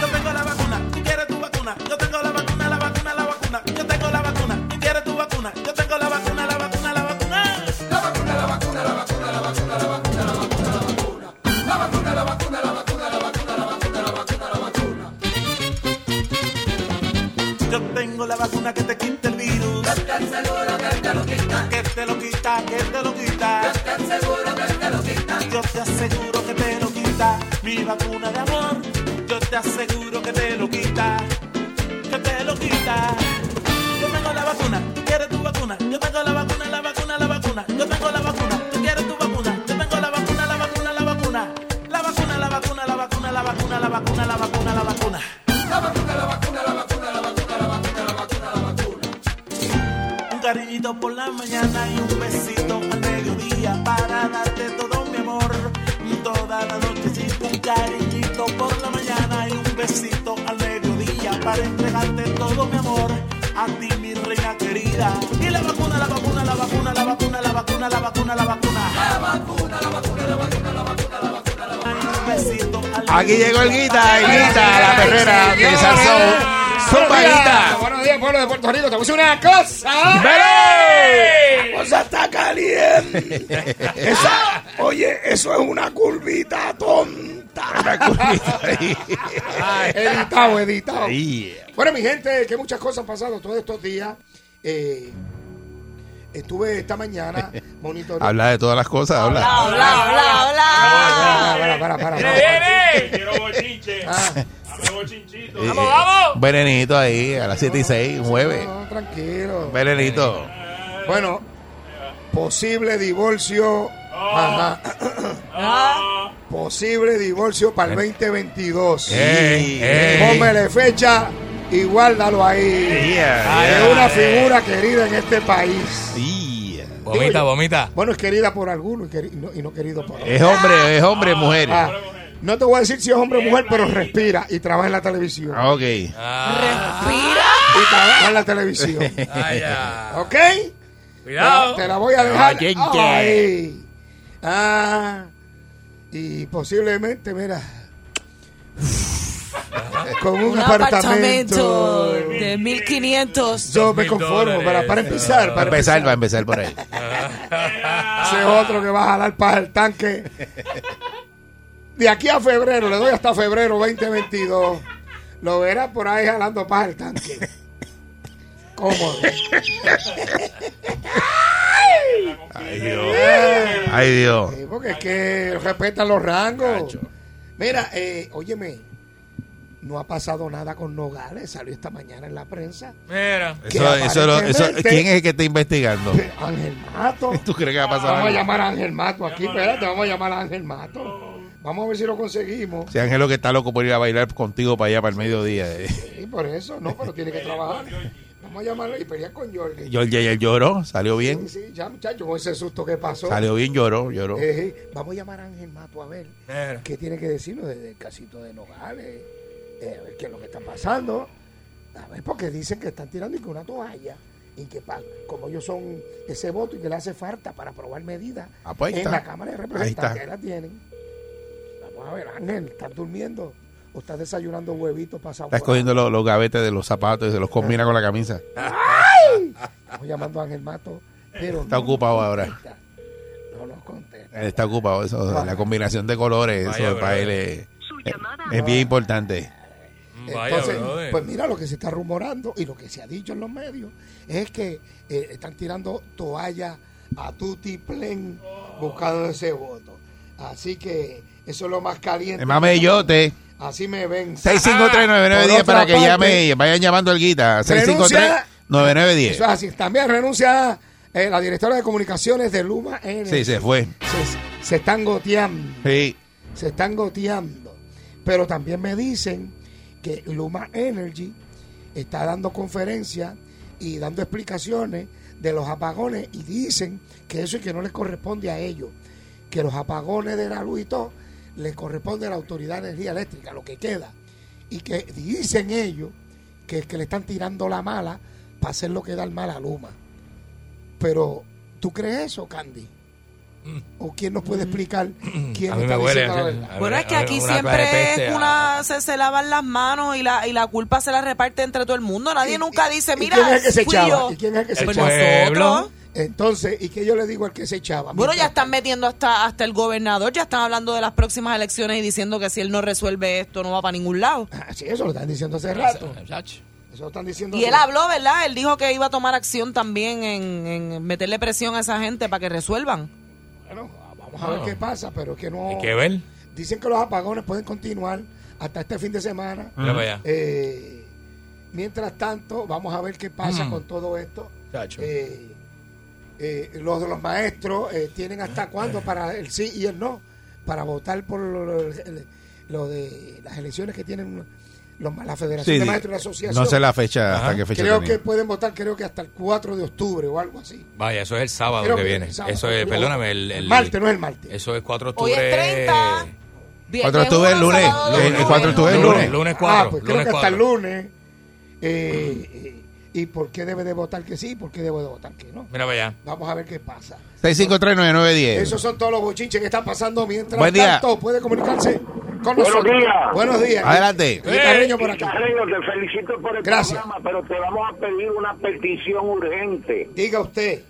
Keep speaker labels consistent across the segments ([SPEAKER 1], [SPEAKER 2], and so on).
[SPEAKER 1] Yo tengo la vacuna, tú quieres tu vacuna. Yo tengo la vacuna, la vacuna, la vacuna. Yo tengo la vacuna, tú quieres tu vacuna. Yo tengo la vacuna, la vacuna, la vacuna. Yo tengo la vacuna que te quita el virus. Yo estoy seguro que te lo quita. Que te lo quita, que te lo quita. Yo te aseguro que te lo quita. Mi vacuna de amor. Yo te aseguro que te lo quita. Que te lo quita. Yo tengo la vacuna. ¿Tú quieres tu vacuna? Yo tengo la vacuna, la vacuna, la vacuna. Yo tengo la vacuna. ¿Tú quieres tu vacuna? Yo tengo la vacuna, la vacuna, la vacuna. La vacuna, la vacuna, la vacuna, la vacuna, la vacuna, la vacuna, la vacuna. Un cariñito por la mañana y un besito al mediodía para darte todo mi amor. Toda la nochecita, un cariñito por la mañana y un besito al mediodía para entregarte todo mi amor a ti, mi reina querida. Y la vacuna, la vacuna, la vacuna, la vacuna, la vacuna, la vacuna, la vacuna. La vacuna, la vacuna, la vacuna, la vacuna, la vacuna, la vacuna.
[SPEAKER 2] Aquí llegó el guita, el guita, la perrera de Salsón. Zumba guita.
[SPEAKER 3] Buenos días, pueblo de Puerto Rico. Te puse una cosa.
[SPEAKER 2] ¡Vele!
[SPEAKER 4] cosa está caliente. Esa- oye, eso es una curvita tonta.
[SPEAKER 3] editado, editado.
[SPEAKER 2] Yeah.
[SPEAKER 3] Bueno, mi gente, que muchas cosas han pasado todos estos días. Eh, estuve esta mañana monitoreando.
[SPEAKER 2] Habla de todas las cosas, habla.
[SPEAKER 5] Hola, hola, hola.
[SPEAKER 3] Para, para, para, para.
[SPEAKER 6] Quiero bochinche.
[SPEAKER 3] Ah,
[SPEAKER 6] Dame bochinchito.
[SPEAKER 2] Vamos, vamos. Venenito Eh, ahí a las 7 y 6, un jueves.
[SPEAKER 3] no, tranquilo.
[SPEAKER 2] Venenito.
[SPEAKER 3] Bueno, posible divorcio. Ajá. Posible divorcio para el 2022.
[SPEAKER 2] Ey, ey.
[SPEAKER 3] Póngale fecha y guárdalo ahí.
[SPEAKER 2] Yeah,
[SPEAKER 3] Es
[SPEAKER 2] yeah.
[SPEAKER 3] una figura querida en este país.
[SPEAKER 2] Yeah.
[SPEAKER 7] Vomita, vomita.
[SPEAKER 3] Bueno, es querida por algunos y, queri- y no, y no querido por otros.
[SPEAKER 2] Es hombre, es hombre, mujer.
[SPEAKER 3] Ah, no te voy a decir si es hombre o mujer, pero respira y trabaja en la televisión.
[SPEAKER 2] Ah, Ok.
[SPEAKER 3] Y trabaja en la televisión.
[SPEAKER 7] Ay, ya.
[SPEAKER 3] ¿Ok? Te la-
[SPEAKER 7] Cuidado.
[SPEAKER 3] Te la voy a dejar.
[SPEAKER 2] Oye, ¿qué?
[SPEAKER 3] ahí. Ah, y posiblemente, mira, con un,
[SPEAKER 5] Un apartamento
[SPEAKER 3] apartamento.
[SPEAKER 5] de 1500.
[SPEAKER 3] Yo me conformo, para, para empezar.
[SPEAKER 2] Va a
[SPEAKER 3] Para
[SPEAKER 2] empezar, va a empezar por ahí.
[SPEAKER 3] Ese es otro que va a jalar para el tanque. De aquí a febrero, le doy hasta febrero 2022. Lo verás por ahí jalando para el tanque. Cómodo.
[SPEAKER 2] Ay, Dios. Ay, Dios.
[SPEAKER 3] Sí, porque es que respetan los rangos. Mira, eh, óyeme, no ha pasado nada con Nogales. Salió esta mañana en la prensa.
[SPEAKER 7] Mira.
[SPEAKER 3] Que
[SPEAKER 2] Eso, eso, lo- eso-
[SPEAKER 3] aparentemente-
[SPEAKER 2] ¿Quién es el que está investigando?
[SPEAKER 3] Ángel Mato.
[SPEAKER 2] ¿Tú crees que va a pasar
[SPEAKER 3] Vamos a
[SPEAKER 2] algo?
[SPEAKER 3] llamar a Ángel Mato aquí. Espérate, vamos a llamar a Ángel Mato. Vamos a ver si lo conseguimos.
[SPEAKER 2] Si Ángelo que está loco por ir a bailar contigo para allá, para el mediodía. eh.
[SPEAKER 3] Sí, por eso, no, pero tiene que trabajar. Vamos a llamarlo y pelear con Jorge.
[SPEAKER 2] George ayer lloró, salió bien.
[SPEAKER 3] Sí, sí, ya muchachos, con ese susto que pasó.
[SPEAKER 2] Salió bien, lloró, lloró.
[SPEAKER 3] Eh, vamos a llamar a Ángel Mato a ver
[SPEAKER 7] Mira.
[SPEAKER 3] qué tiene que decirnos desde el casito de Nogales, eh, a ver qué es lo que está pasando. A ver, porque dicen que están tirando y que una toalla y que pa- como ellos son ese voto y que le hace falta para aprobar medidas
[SPEAKER 2] Ah, pues ahí
[SPEAKER 3] en
[SPEAKER 2] está.
[SPEAKER 3] la Cámara de Representantes,
[SPEAKER 2] Ahí
[SPEAKER 3] ahí la tienen. Vamos a ver, Ángel, ¿estás durmiendo o estás desayunando huevitos pasados?
[SPEAKER 2] Está escogiendo los, los gavetes de los zapatos y se los combina con la camisa.
[SPEAKER 3] Estamos llamando a Ángel Mato, pero
[SPEAKER 2] Eh, Está
[SPEAKER 3] no
[SPEAKER 2] ocupado
[SPEAKER 3] nos
[SPEAKER 2] ahora.
[SPEAKER 3] contesta. No nos contesta.
[SPEAKER 2] Él está ocupado,
[SPEAKER 3] Ah.
[SPEAKER 2] eso, la combinación de colores,
[SPEAKER 7] Vaya,
[SPEAKER 2] eso para
[SPEAKER 7] brother.
[SPEAKER 2] él es, es bien importante.
[SPEAKER 7] Vaya,
[SPEAKER 3] Entonces,
[SPEAKER 7] brother.
[SPEAKER 3] pues mira, lo que se está rumorando y lo que se ha dicho en los medios es que eh, están tirando toallas a tutti plen buscando ese voto. Así que eso es lo más caliente.
[SPEAKER 2] El mame de yote.
[SPEAKER 3] Así me
[SPEAKER 2] 6539910
[SPEAKER 3] ven. Por otra
[SPEAKER 2] para que
[SPEAKER 3] parte,
[SPEAKER 2] llame, vayan llamando al guita.
[SPEAKER 3] renuncia. Eso es
[SPEAKER 2] 653-9910.
[SPEAKER 3] así. También renuncia eh, la directora de comunicaciones de Luma N.
[SPEAKER 2] Sí, se fue.
[SPEAKER 3] Se, se están goteando.
[SPEAKER 2] Sí.
[SPEAKER 3] se están goteando. Pero también me dicen que Luma Energy está dando conferencias y dando explicaciones de los apagones y dicen que eso es que no les corresponde a ellos, que los apagones de la luz y todo les corresponde a la Autoridad de Energía Eléctrica, lo que queda. Y que dicen ellos que es que le están tirando la mala para hacerlo quedar mal a Luma. Pero, ¿tú crees eso, Candy? ¿O quién nos
[SPEAKER 5] Mm.
[SPEAKER 3] puede explicar quién
[SPEAKER 7] Mm. A mí me
[SPEAKER 3] está
[SPEAKER 7] huele.
[SPEAKER 3] diciendo
[SPEAKER 7] a-
[SPEAKER 3] la verdad?
[SPEAKER 7] a-
[SPEAKER 5] Bueno, es que
[SPEAKER 7] a-
[SPEAKER 5] aquí
[SPEAKER 7] una
[SPEAKER 5] siempre
[SPEAKER 7] peste ah.
[SPEAKER 5] es
[SPEAKER 7] a-
[SPEAKER 5] una, se, se lavan las manos y la, y la culpa se la reparte entre todo el mundo. Nadie
[SPEAKER 3] ¿Y-
[SPEAKER 5] nunca
[SPEAKER 3] y-
[SPEAKER 5] dice,
[SPEAKER 3] y
[SPEAKER 5] mira,
[SPEAKER 3] quién es el que se
[SPEAKER 5] fui
[SPEAKER 3] echaba?
[SPEAKER 5] yo.
[SPEAKER 3] ¿Y quién es el que se
[SPEAKER 7] El Pues,
[SPEAKER 3] echaba?
[SPEAKER 7] pueblo.
[SPEAKER 3] Entonces, ¿y qué yo le digo al que se echaba?
[SPEAKER 5] Bueno, ya
[SPEAKER 3] Mientras-
[SPEAKER 5] están metiendo hasta, hasta el gobernador, ya están hablando de las próximas elecciones y diciendo que si él no resuelve esto no va para ningún lado.
[SPEAKER 3] Ah, sí, eso lo están diciendo hace rato.
[SPEAKER 7] Chacho.
[SPEAKER 3] Eso lo están diciendo
[SPEAKER 5] Y él
[SPEAKER 3] hace-
[SPEAKER 5] habló, ¿verdad? Él dijo que iba a tomar acción también en, en meterle presión a esa gente para que resuelvan.
[SPEAKER 3] Bueno, vamos a ver qué pasa, pero es que no...
[SPEAKER 7] Ah. Hay que ver.
[SPEAKER 3] Dicen que los apagones pueden continuar hasta este fin de semana.
[SPEAKER 7] Mira para allá.
[SPEAKER 3] Eh, mientras tanto, vamos a ver qué pasa con todo esto.
[SPEAKER 7] Mm. Chacho.
[SPEAKER 3] Eh, eh, los de los maestros eh, tienen
[SPEAKER 7] Ah,
[SPEAKER 3] hasta cuándo para el sí y el no, para votar por lo, lo- lo de las elecciones que tienen los, la Federación
[SPEAKER 2] Sí,
[SPEAKER 3] de
[SPEAKER 2] sí.
[SPEAKER 3] Maestros y la Asociación.
[SPEAKER 2] No sé la fecha, hasta qué fecha.
[SPEAKER 3] creo que
[SPEAKER 2] termina.
[SPEAKER 3] pueden votar, creo que hasta el 4 de octubre o algo así.
[SPEAKER 7] Vaya, eso es el sábado
[SPEAKER 3] Creo
[SPEAKER 7] que
[SPEAKER 3] que
[SPEAKER 7] viene.
[SPEAKER 3] el sábado.
[SPEAKER 7] Eso es, perdóname, el, el
[SPEAKER 3] martes, no es el martes.
[SPEAKER 7] Eso es 4 de
[SPEAKER 5] Hoy
[SPEAKER 7] octubre.
[SPEAKER 5] es 30. viernes
[SPEAKER 2] 4 de octubre,
[SPEAKER 5] uno,
[SPEAKER 2] lunes.
[SPEAKER 5] sábado dos,
[SPEAKER 2] El- el
[SPEAKER 5] lunes
[SPEAKER 2] 4 de octubre,
[SPEAKER 5] uno.
[SPEAKER 2] el lunes.
[SPEAKER 7] lunes. Lunes 4.
[SPEAKER 3] Ah, pues creo
[SPEAKER 7] lunes
[SPEAKER 3] que hasta el
[SPEAKER 7] 4.
[SPEAKER 3] lunes. eh, eh, ¿Y por qué debe de votar que sí? y ¿Por qué debe de votar que no?
[SPEAKER 7] Mira para allá.
[SPEAKER 3] Vamos a ver qué pasa.
[SPEAKER 2] 6539910.
[SPEAKER 3] Esos son todos los bochinches que están pasando mientras
[SPEAKER 2] Buen día.
[SPEAKER 3] tanto puede comunicarse con
[SPEAKER 8] Buenos
[SPEAKER 3] nosotros.
[SPEAKER 8] días.
[SPEAKER 3] Buenos días.
[SPEAKER 2] Adelante.
[SPEAKER 3] Guita- Guitarreño por acá.
[SPEAKER 8] Carreño, te felicito por el
[SPEAKER 3] Gracias.
[SPEAKER 8] programa, pero te vamos a pedir una petición urgente
[SPEAKER 3] Diga usted,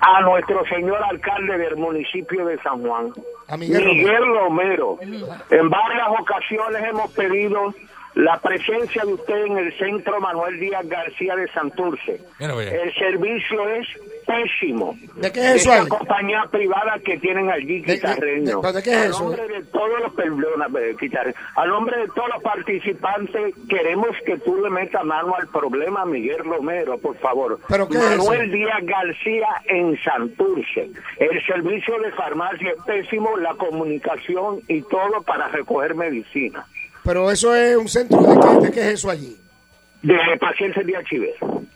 [SPEAKER 8] a nuestro señor alcalde del municipio de San Juan,
[SPEAKER 3] A Miguel
[SPEAKER 8] Miguel, Romero. En varias ocasiones hemos pedido la presencia de usted en el centro Manuel Díaz García de Santurce.
[SPEAKER 7] Mira para allá.
[SPEAKER 8] El servicio es pésimo.
[SPEAKER 3] ¿De qué es eso,
[SPEAKER 8] Esa
[SPEAKER 3] Ale?
[SPEAKER 8] compañía privada que tienen allí,
[SPEAKER 3] de-
[SPEAKER 8] Quitarreño.
[SPEAKER 3] de- ¿de qué es
[SPEAKER 8] Al
[SPEAKER 3] eso?
[SPEAKER 8] nombre de todos los, perdóname, Quitarreño. Al nombre de todos los participantes, queremos que tú le metas mano al problema, Miguel Romero, por favor.
[SPEAKER 3] ¿Pero qué es eso?
[SPEAKER 8] Manuel Díaz García en Santurce. El servicio de farmacia es pésimo, la comunicación y todo para recoger medicina.
[SPEAKER 3] pero eso es un centro de qué, de qué es eso allí.
[SPEAKER 8] De pacientes de HIV,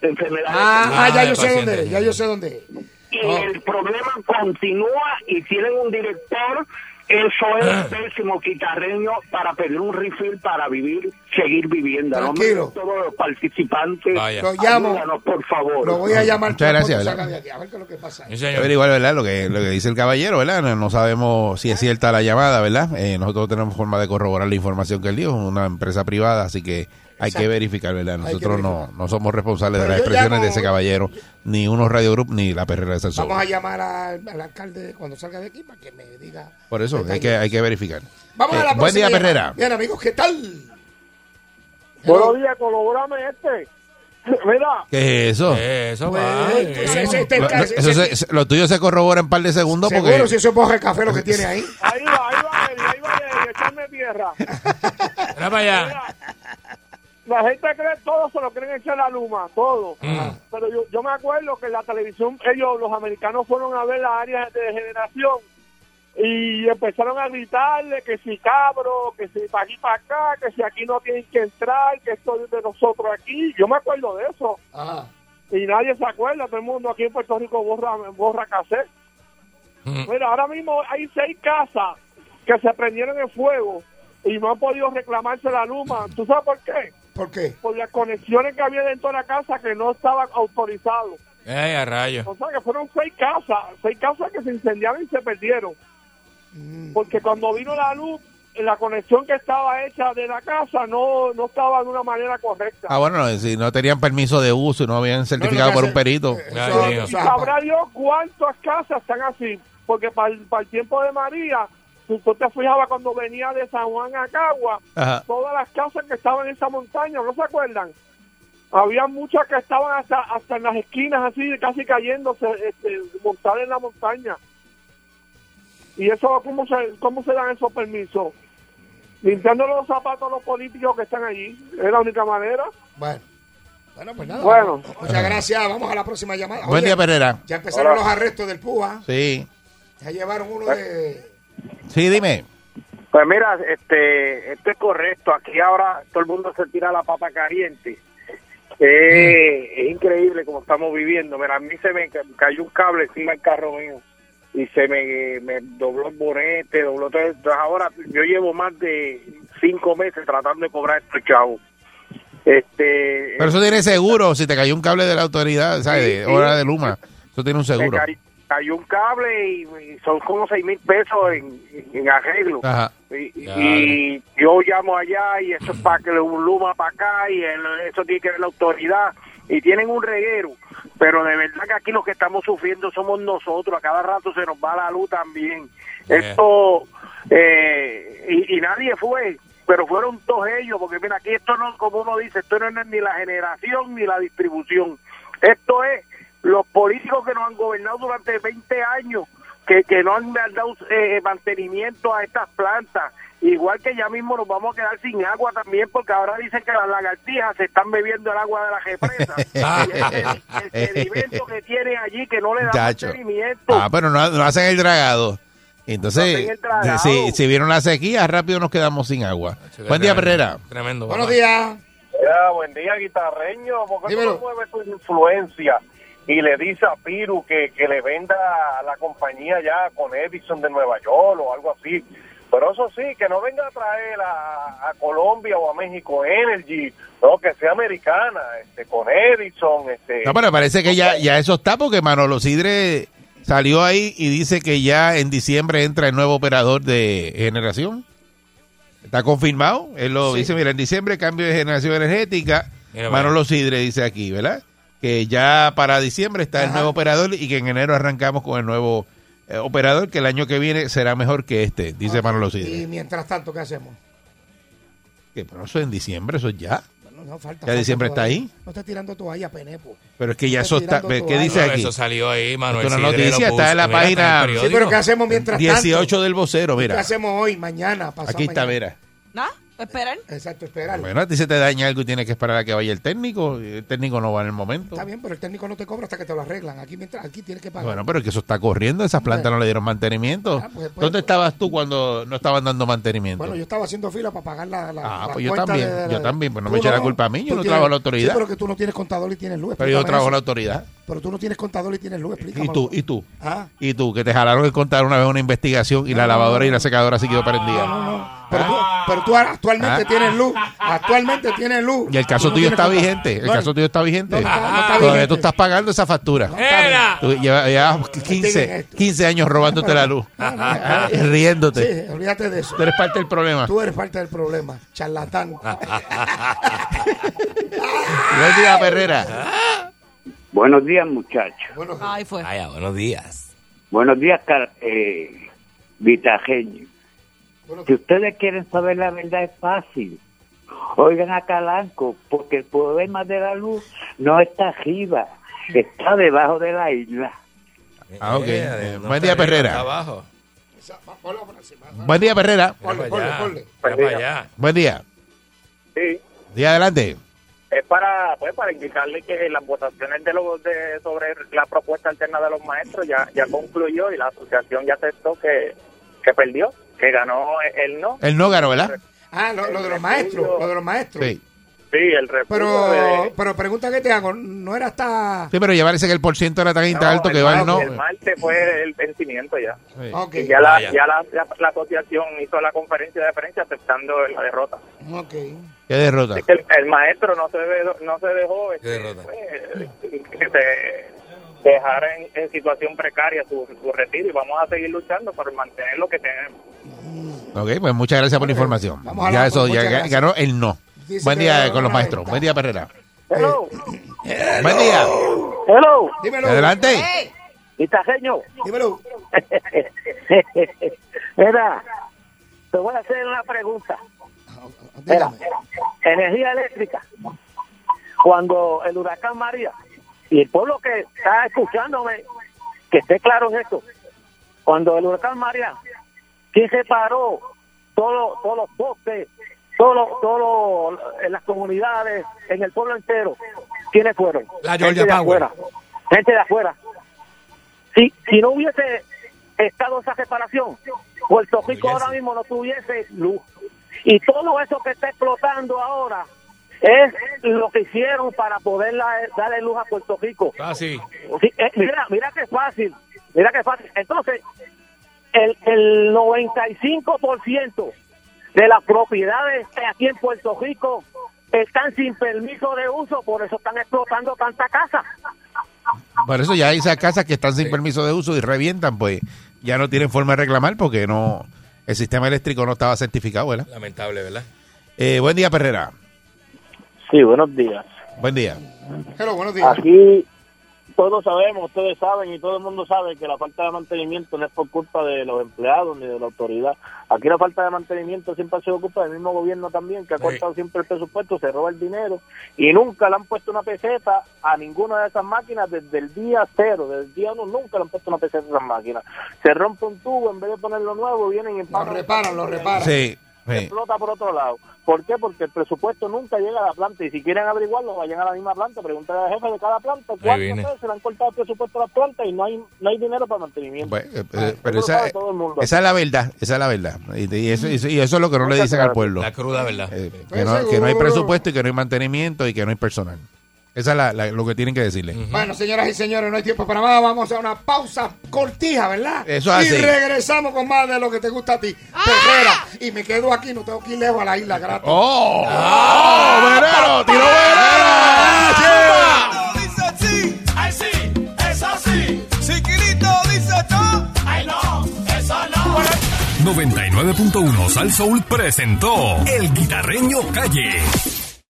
[SPEAKER 8] de enfermedades.
[SPEAKER 3] Ah, ah, ya
[SPEAKER 7] de
[SPEAKER 3] yo sé
[SPEAKER 7] paciente.
[SPEAKER 3] dónde es, ya yo sé dónde es.
[SPEAKER 8] y
[SPEAKER 3] Oh.
[SPEAKER 8] el problema continúa y tienen un director. Eso
[SPEAKER 3] Ah.
[SPEAKER 8] es pésimo quitarreño para pedir un refill para vivir, seguir viviendo. A nombre de
[SPEAKER 3] Tranquilo.
[SPEAKER 8] Todos los participantes,
[SPEAKER 7] Vaya.
[SPEAKER 3] Lo llamo.
[SPEAKER 8] ayúdanos, por favor.
[SPEAKER 3] Lo voy a llamar.
[SPEAKER 2] Muchas gracias,
[SPEAKER 3] cuando
[SPEAKER 2] ¿verdad?
[SPEAKER 3] salga de aquí, A ver qué es lo que pasa.
[SPEAKER 7] Sí,
[SPEAKER 2] Hay que
[SPEAKER 7] señor.
[SPEAKER 2] averiguar, ¿verdad? Lo que, lo que dice el caballero, ¿verdad? No, no sabemos si es cierta la llamada, ¿verdad? Eh, nosotros tenemos forma de corroborar la información que él dio, es una empresa privada, así que hay que verificar, ¿verdad?
[SPEAKER 3] que
[SPEAKER 2] Nosotros no,
[SPEAKER 3] verificar.
[SPEAKER 2] no somos responsables
[SPEAKER 3] Pero
[SPEAKER 2] de las
[SPEAKER 3] yo
[SPEAKER 2] expresiones
[SPEAKER 3] llamo-
[SPEAKER 2] de ese caballero, ni unos Radio Group, ni la perrera de Salsón.
[SPEAKER 3] Vamos a llamar al, al alcalde cuando salga de aquí para que me diga.
[SPEAKER 2] Por eso, hay
[SPEAKER 3] detalles.
[SPEAKER 2] que, hay que verificar.
[SPEAKER 3] Vamos a
[SPEAKER 2] Eh,
[SPEAKER 3] la
[SPEAKER 2] buen día,
[SPEAKER 3] próxima llamada.
[SPEAKER 2] Perrera.
[SPEAKER 3] Bien, amigos, ¿qué tal?
[SPEAKER 8] Buenos días, colaborame este. Mira,
[SPEAKER 2] ¿Qué es eso?
[SPEAKER 7] Eso
[SPEAKER 3] Pues,
[SPEAKER 7] va.
[SPEAKER 3] pues, ese- este-
[SPEAKER 2] Lo,
[SPEAKER 3] ese-
[SPEAKER 2] eh, eso se- se- lo tuyo se corrobora en un par de segundos
[SPEAKER 3] Seguro
[SPEAKER 2] porque...
[SPEAKER 3] si eso es borra de café lo que tiene ahí.
[SPEAKER 8] ahí va, ahí va, Eli, ahí va, Eli, echarme tierra.
[SPEAKER 7] Mira para allá.
[SPEAKER 8] La gente cree, todos se lo creen echar la luma, todo.
[SPEAKER 3] Ah.
[SPEAKER 7] Mm.
[SPEAKER 8] Pero yo, yo me acuerdo que en la televisión, ellos, los americanos, fueron a ver las áreas de degeneración y empezaron a gritarle que si cabro, que si para aquí para acá, que si aquí no tienen que entrar, que esto es de nosotros aquí. Yo me acuerdo de eso.
[SPEAKER 3] Ajá.
[SPEAKER 8] Y nadie se acuerda, todo el mundo aquí en Puerto Rico borra, borra cassette.
[SPEAKER 7] Mm.
[SPEAKER 8] Mira, ahora mismo hay seis casas que se prendieron en fuego y no han podido reclamarse la luma. ¿Tú sabes por qué?
[SPEAKER 3] ¿Por qué?
[SPEAKER 8] Por las conexiones que había dentro de la casa que no estaban autorizadas.
[SPEAKER 7] Ay, a rayo.
[SPEAKER 8] O sea, que fueron seis casas, seis casas que se incendiaron y se perdieron. Porque cuando vino la luz, la conexión que estaba hecha de la casa no, no estaba de una manera correcta.
[SPEAKER 2] Ah, bueno, no, si no tenían permiso de uso y no habían certificado
[SPEAKER 3] que
[SPEAKER 2] por
[SPEAKER 3] hace-
[SPEAKER 2] un perito.
[SPEAKER 3] Eh,
[SPEAKER 7] Ay,
[SPEAKER 3] eso-
[SPEAKER 7] Dios.
[SPEAKER 3] eso
[SPEAKER 8] y
[SPEAKER 3] es
[SPEAKER 8] sabrá Dios cuántas casas están así. Porque para el, para el tiempo de María, si tú te fijabas cuando venía de San Juan a Cagua,
[SPEAKER 2] Ajá.
[SPEAKER 8] todas las casas que estaban en esa montaña, ¿no se acuerdan? Había muchas que estaban hasta, hasta en las esquinas, así, casi cayéndose, este, montadas en la montaña. ¿Y eso cómo se, cómo se dan esos permisos? Limpiando los zapatos a los políticos que están allí. Es la única manera.
[SPEAKER 3] Bueno. Bueno, pues nada.
[SPEAKER 8] Bueno.
[SPEAKER 3] Muchas gracias. Vamos a la próxima llamada.
[SPEAKER 2] Buen
[SPEAKER 3] Oye,
[SPEAKER 2] día, Perrera.
[SPEAKER 3] Ya empezaron los arrestos del PUA.
[SPEAKER 2] Sí.
[SPEAKER 3] Ya llevaron uno de.
[SPEAKER 8] Eh.
[SPEAKER 2] Sí, dime.
[SPEAKER 8] Pues mira, este, esto es correcto. Aquí ahora todo el mundo se tira la papa caliente. Eh,
[SPEAKER 2] Mm.
[SPEAKER 8] Es increíble como estamos viviendo. Mira, a mí se me ca- cayó un cable encima del carro mío y se me, me dobló el bonete, dobló todo. Entonces ahora yo llevo más de cinco meses tratando de cobrar estos chavos. Este,
[SPEAKER 2] Pero eso tiene seguro. Si te cayó un cable de la autoridad, ¿sabes? De hora de Luma. Eso tiene un
[SPEAKER 8] me
[SPEAKER 2] seguro.
[SPEAKER 8] cay- cayó un cable y, y son como seis mil pesos en, en arreglo.
[SPEAKER 2] Ajá.
[SPEAKER 8] Y, y-
[SPEAKER 7] Ya.
[SPEAKER 8] y yo llamo allá y eso es para que le un luma para acá y el- eso tiene que ver la autoridad. Y tienen un reguero, pero de verdad que aquí los que estamos sufriendo somos nosotros. A cada rato se nos va la luz también.
[SPEAKER 7] Ya.
[SPEAKER 8] Esto, eh, y, y nadie fue, pero fueron todos ellos, porque mira, aquí esto no, como uno dice, esto no es ni la generación ni la distribución. Esto es los políticos que nos han gobernado durante 20 años, que, que no han dado eh, mantenimiento a estas plantas. Igual que ya mismo nos vamos a quedar sin agua también, porque ahora dicen que las lagartijas se están bebiendo el agua de la represa.
[SPEAKER 2] Eh,
[SPEAKER 7] Ah.
[SPEAKER 8] Y ese- el sedimento que tiene allí que no le da
[SPEAKER 2] Chacho.
[SPEAKER 8] mantenimiento.
[SPEAKER 2] Ah, pero no, no hacen el dragado.
[SPEAKER 8] No
[SPEAKER 2] Entonces,
[SPEAKER 8] hacen el dragado.
[SPEAKER 2] si, si vieron la sequía, rápido nos quedamos sin agua. Buen día, Perrera.
[SPEAKER 7] Tremendo.
[SPEAKER 3] Buenos
[SPEAKER 7] papá.
[SPEAKER 3] días.
[SPEAKER 8] Ya, buen día, guitarreño. ¿Por qué tú
[SPEAKER 3] Dímelo.
[SPEAKER 8] no mueves tu influencia y le dice a Piru que, que le venda a la compañía ya con Edison de Nueva York o algo así? Pero eso sí, que no venga a traer a, a Colombia o a México Energy, no, que sea americana, este, con Edison, este...
[SPEAKER 2] No, pero parece que ya, ya eso está porque Manolo Sidre salió ahí y dice que ya en diciembre entra el nuevo operador de generación. Está confirmado. Él lo dice, mira, en diciembre cambio de generación energética.
[SPEAKER 7] Mira,
[SPEAKER 2] Manolo Sidre dice aquí, ¿verdad? Que ya para diciembre está el nuevo operador y que en enero arrancamos con el nuevo eh, operador, que el año que viene será mejor que este, dice Manolo
[SPEAKER 3] Y
[SPEAKER 2] Sidre.
[SPEAKER 3] mientras tanto, ¿qué hacemos?
[SPEAKER 2] Que, pero eso en diciembre, eso es ya.
[SPEAKER 3] Bueno, no, falta.
[SPEAKER 2] Ya
[SPEAKER 3] falta
[SPEAKER 2] diciembre está
[SPEAKER 3] todavía.
[SPEAKER 2] ahí.
[SPEAKER 3] No está tirando toalla, Penepo.
[SPEAKER 2] Pero es que ya eso está.
[SPEAKER 3] Estoy tirando
[SPEAKER 2] ¿Qué dice
[SPEAKER 3] toalla.
[SPEAKER 2] aquí?
[SPEAKER 7] Eso salió ahí, Manuel.
[SPEAKER 2] Esto es una
[SPEAKER 7] Sidre, lo
[SPEAKER 2] noticia, está
[SPEAKER 7] puso.
[SPEAKER 2] en la
[SPEAKER 7] Mira, está en el
[SPEAKER 2] página-
[SPEAKER 3] Sí,
[SPEAKER 7] periódico.
[SPEAKER 3] pero ¿qué hacemos mientras tanto?
[SPEAKER 2] 18 del vocero,
[SPEAKER 3] ¿Qué
[SPEAKER 2] mira.
[SPEAKER 3] hacemos hoy, mañana, pasado
[SPEAKER 2] Aquí está,
[SPEAKER 3] mañana?
[SPEAKER 2] mira.
[SPEAKER 5] ¿Nada? Esperar.
[SPEAKER 3] Exacto, esperar.
[SPEAKER 2] Bueno, a ti se te daña algo y tienes que esperar a que vaya el técnico. El técnico no va en el momento.
[SPEAKER 3] Está bien, pero el técnico no te cobra hasta que te lo arreglan. Aquí mientras, aquí tienes que pagar.
[SPEAKER 2] Bueno, pero es que eso está corriendo. Esas plantas no le dieron mantenimiento.
[SPEAKER 3] Ah, pues, pues,
[SPEAKER 2] ¿Dónde
[SPEAKER 3] pues.
[SPEAKER 2] estabas tú cuando no estaban dando mantenimiento?
[SPEAKER 3] Bueno, yo estaba haciendo fila para pagar la, la
[SPEAKER 2] Ah,
[SPEAKER 3] la
[SPEAKER 2] pues yo
[SPEAKER 3] cuenta
[SPEAKER 2] también, yo también, pues no me eche la culpa a mí, yo
[SPEAKER 3] tú
[SPEAKER 2] no trabajo en la autoridad.
[SPEAKER 3] Sí, pero que tú no tienes contador y tienes luz.
[SPEAKER 2] Pero yo
[SPEAKER 3] explícame
[SPEAKER 2] trabajo en la
[SPEAKER 3] eso.
[SPEAKER 2] autoridad.
[SPEAKER 3] Pero tú no tienes contador y tienes luz, explícame.
[SPEAKER 2] ¿Y tú? ¿Y tú?
[SPEAKER 3] Ah.
[SPEAKER 2] ¿Y tú? Que te jalaron el contar una vez una investigación y la lavadora y la secadora se quedó prendida.
[SPEAKER 3] Ah, No, no, pero tú, pero tú actualmente
[SPEAKER 2] Ah.
[SPEAKER 3] tienes luz. Actualmente tienes luz.
[SPEAKER 2] Y el
[SPEAKER 3] Tú
[SPEAKER 2] caso
[SPEAKER 3] no
[SPEAKER 2] tuyo
[SPEAKER 3] tienes
[SPEAKER 2] está
[SPEAKER 3] contador.
[SPEAKER 2] vigente. El
[SPEAKER 3] No,
[SPEAKER 2] caso tuyo está vigente.
[SPEAKER 3] no está- no está
[SPEAKER 2] Todavía
[SPEAKER 3] vigente.
[SPEAKER 2] tú estás pagando esa factura.
[SPEAKER 7] ¡Era!
[SPEAKER 2] Tú llevas, llevas 15, 15 años robándote la luz.
[SPEAKER 3] no, no, no.
[SPEAKER 2] Y riéndote.
[SPEAKER 3] Sí, olvídate de eso.
[SPEAKER 2] Tú eres parte del problema.
[SPEAKER 3] Tú eres parte del problema, charlatán.
[SPEAKER 2] Buen día, Perrera.
[SPEAKER 9] Buenos días, muchachos.
[SPEAKER 3] Bueno,
[SPEAKER 5] Ahí fue.
[SPEAKER 7] Vaya, buenos días.
[SPEAKER 9] Buenos días, car- eh, vitajeño.
[SPEAKER 3] bueno,
[SPEAKER 9] Si ustedes quieren saber la verdad, es fácil. Oigan a Calanco, porque el problema de la luz no está arriba, está debajo de la isla.
[SPEAKER 2] Ah, ok.
[SPEAKER 7] Eh,
[SPEAKER 2] Buen día,
[SPEAKER 7] está arriba,
[SPEAKER 2] Perrera.
[SPEAKER 7] está abajo.
[SPEAKER 3] esa- va- ponlo por encima, va.
[SPEAKER 2] Buen día, Perrera.
[SPEAKER 3] Ponle,
[SPEAKER 7] Mira
[SPEAKER 3] ponle,
[SPEAKER 7] para allá.
[SPEAKER 3] ponle.
[SPEAKER 7] Mira para allá.
[SPEAKER 2] Buen día.
[SPEAKER 8] Sí,
[SPEAKER 2] Día adelante.
[SPEAKER 8] es para, pues, para indicarle que las votaciones de los, de, sobre la propuesta alterna de los maestros ya, ya concluyó y la asociación ya aceptó que, que perdió, que ganó él no.
[SPEAKER 2] El Nógaro, ¿verdad?
[SPEAKER 3] Ah, lo, lo de los maestros, lo de los maestros.
[SPEAKER 2] Sí.
[SPEAKER 8] Sí, el
[SPEAKER 3] Pero, pero pregunta que te hago, no era hasta...
[SPEAKER 2] Sí, pero ya parece que el porciento era tan alto que va el no.
[SPEAKER 8] El martes fue el vencimiento ya.
[SPEAKER 2] Sí.
[SPEAKER 3] Ok,
[SPEAKER 8] Y ya, la,
[SPEAKER 7] Vaya.
[SPEAKER 8] ya la, la- la asociación hizo la conferencia de prensa aceptando la derrota.
[SPEAKER 3] ok.
[SPEAKER 2] Qué derrota.
[SPEAKER 8] Es que el, el maestro no se, ve- no se dejó este,
[SPEAKER 7] Qué derrota.
[SPEAKER 8] pues, que se dejara en, en situación precaria su, su retiro y vamos a seguir luchando por mantener lo que tenemos.
[SPEAKER 2] Ok, pues muchas gracias por la información.
[SPEAKER 3] Vamos a
[SPEAKER 2] Ya
[SPEAKER 3] hablar,
[SPEAKER 2] eso,
[SPEAKER 3] muchas
[SPEAKER 2] ya ga-
[SPEAKER 3] gracias.
[SPEAKER 2] ganó el no.
[SPEAKER 3] Dice
[SPEAKER 2] Buen
[SPEAKER 3] que
[SPEAKER 2] día
[SPEAKER 3] ganó
[SPEAKER 2] eh, con los
[SPEAKER 3] una
[SPEAKER 2] maestros.
[SPEAKER 3] ventaja.
[SPEAKER 2] Buen día, Perrera.
[SPEAKER 8] Hello,
[SPEAKER 2] Buen día.
[SPEAKER 8] hello,
[SPEAKER 3] Dímelo,
[SPEAKER 2] Adelante.
[SPEAKER 5] Ey,
[SPEAKER 9] ¿Vitajeño?
[SPEAKER 3] dímelo.
[SPEAKER 9] Era, te voy a hacer una pregunta.
[SPEAKER 3] Dígame.
[SPEAKER 9] energía eléctrica. Cuando el huracán María, y el pueblo que está escuchándome, que esté claro en esto, cuando el huracán María, ¿quién se paró? Todos todos los postes, todos todos los- en las comunidades, en el pueblo entero, ¿quiénes fueron?
[SPEAKER 7] La Georgia
[SPEAKER 9] gente de
[SPEAKER 7] Power.
[SPEAKER 9] afuera. Gente de afuera. Si, si no hubiese estado esa separación, Puerto Rico ahora mismo no tuviese luz. Y todo eso que está explotando ahora es lo que hicieron para poder la- darle luz a Puerto Rico.
[SPEAKER 7] Ah, sí.
[SPEAKER 9] Sí, eh, mira, mira qué fácil, mira qué fácil. Entonces, el, el 95% de las propiedades que aquí en Puerto Rico
[SPEAKER 8] están sin permiso de uso, por eso están explotando tanta casa.
[SPEAKER 2] Por eso ya hay esas casas que están sin permiso de uso y revientan, pues ya no tienen forma de reclamar porque no el sistema eléctrico no estaba certificado, ¿verdad?
[SPEAKER 7] Lamentable, ¿verdad?
[SPEAKER 2] Eh, buen día, Perrera.
[SPEAKER 8] Sí, buenos días.
[SPEAKER 2] Buen día.
[SPEAKER 3] Hello, buenos días.
[SPEAKER 8] Aquí todos sabemos, ustedes saben y todo el mundo sabe que la falta de mantenimiento no es por culpa de los empleados ni de la autoridad. Aquí la falta de mantenimiento siempre ha sido culpa del mismo gobierno también, que ha
[SPEAKER 7] Sí.
[SPEAKER 8] cortado siempre el presupuesto, se roba el dinero y nunca le han puesto una peseta a ninguna de esas máquinas desde el día cero, desde el día uno nunca le han puesto una peseta a esas máquinas. Se rompe un tubo, en vez de ponerlo nuevo, vienen y
[SPEAKER 3] Lo
[SPEAKER 8] empacan.
[SPEAKER 3] reparan, lo reparan.
[SPEAKER 2] Sí, sí.
[SPEAKER 8] explota por otro lado. ¿Por qué? Porque el presupuesto nunca llega a la planta y si quieren averiguarlo, vayan a la misma planta, pregúntale al jefe de cada planta cuántas
[SPEAKER 7] viene.
[SPEAKER 8] veces le han cortado el presupuesto a la planta y no hay no hay dinero para mantenimiento.
[SPEAKER 2] Bueno, eh,
[SPEAKER 8] Ah,
[SPEAKER 2] eh,
[SPEAKER 8] eso
[SPEAKER 2] pero
[SPEAKER 8] lo
[SPEAKER 2] esa,
[SPEAKER 8] sabe todo el mundo.
[SPEAKER 2] esa es la verdad, esa es la verdad. Y, y eso, y eso- y eso es lo que no le dicen al pueblo.
[SPEAKER 7] La cruda, ¿verdad?
[SPEAKER 2] Eh, que, no, que no hay presupuesto y que no hay mantenimiento y que no hay personal. Esa es la- la- lo que tienen que decirle.
[SPEAKER 3] Bueno, señoras y señores, no hay tiempo para más. Vamos a una pausa cortija, ¿verdad?
[SPEAKER 2] Eso es
[SPEAKER 3] Y
[SPEAKER 2] así.
[SPEAKER 3] regresamos con más de lo que te gusta a ti. Perrera. Y me quedo aquí, no tengo que ir lejos a la isla gratis.
[SPEAKER 2] ¡Oh! ¡Oh! ¡Verero! ¡Tiro ¡Ah!
[SPEAKER 1] dice
[SPEAKER 2] verero!
[SPEAKER 1] sí, ay sí, eso sí. Chiquilito dice no, ay no, eso no.
[SPEAKER 10] 99.1 Sal Soul presentó El Guitarreño Calle.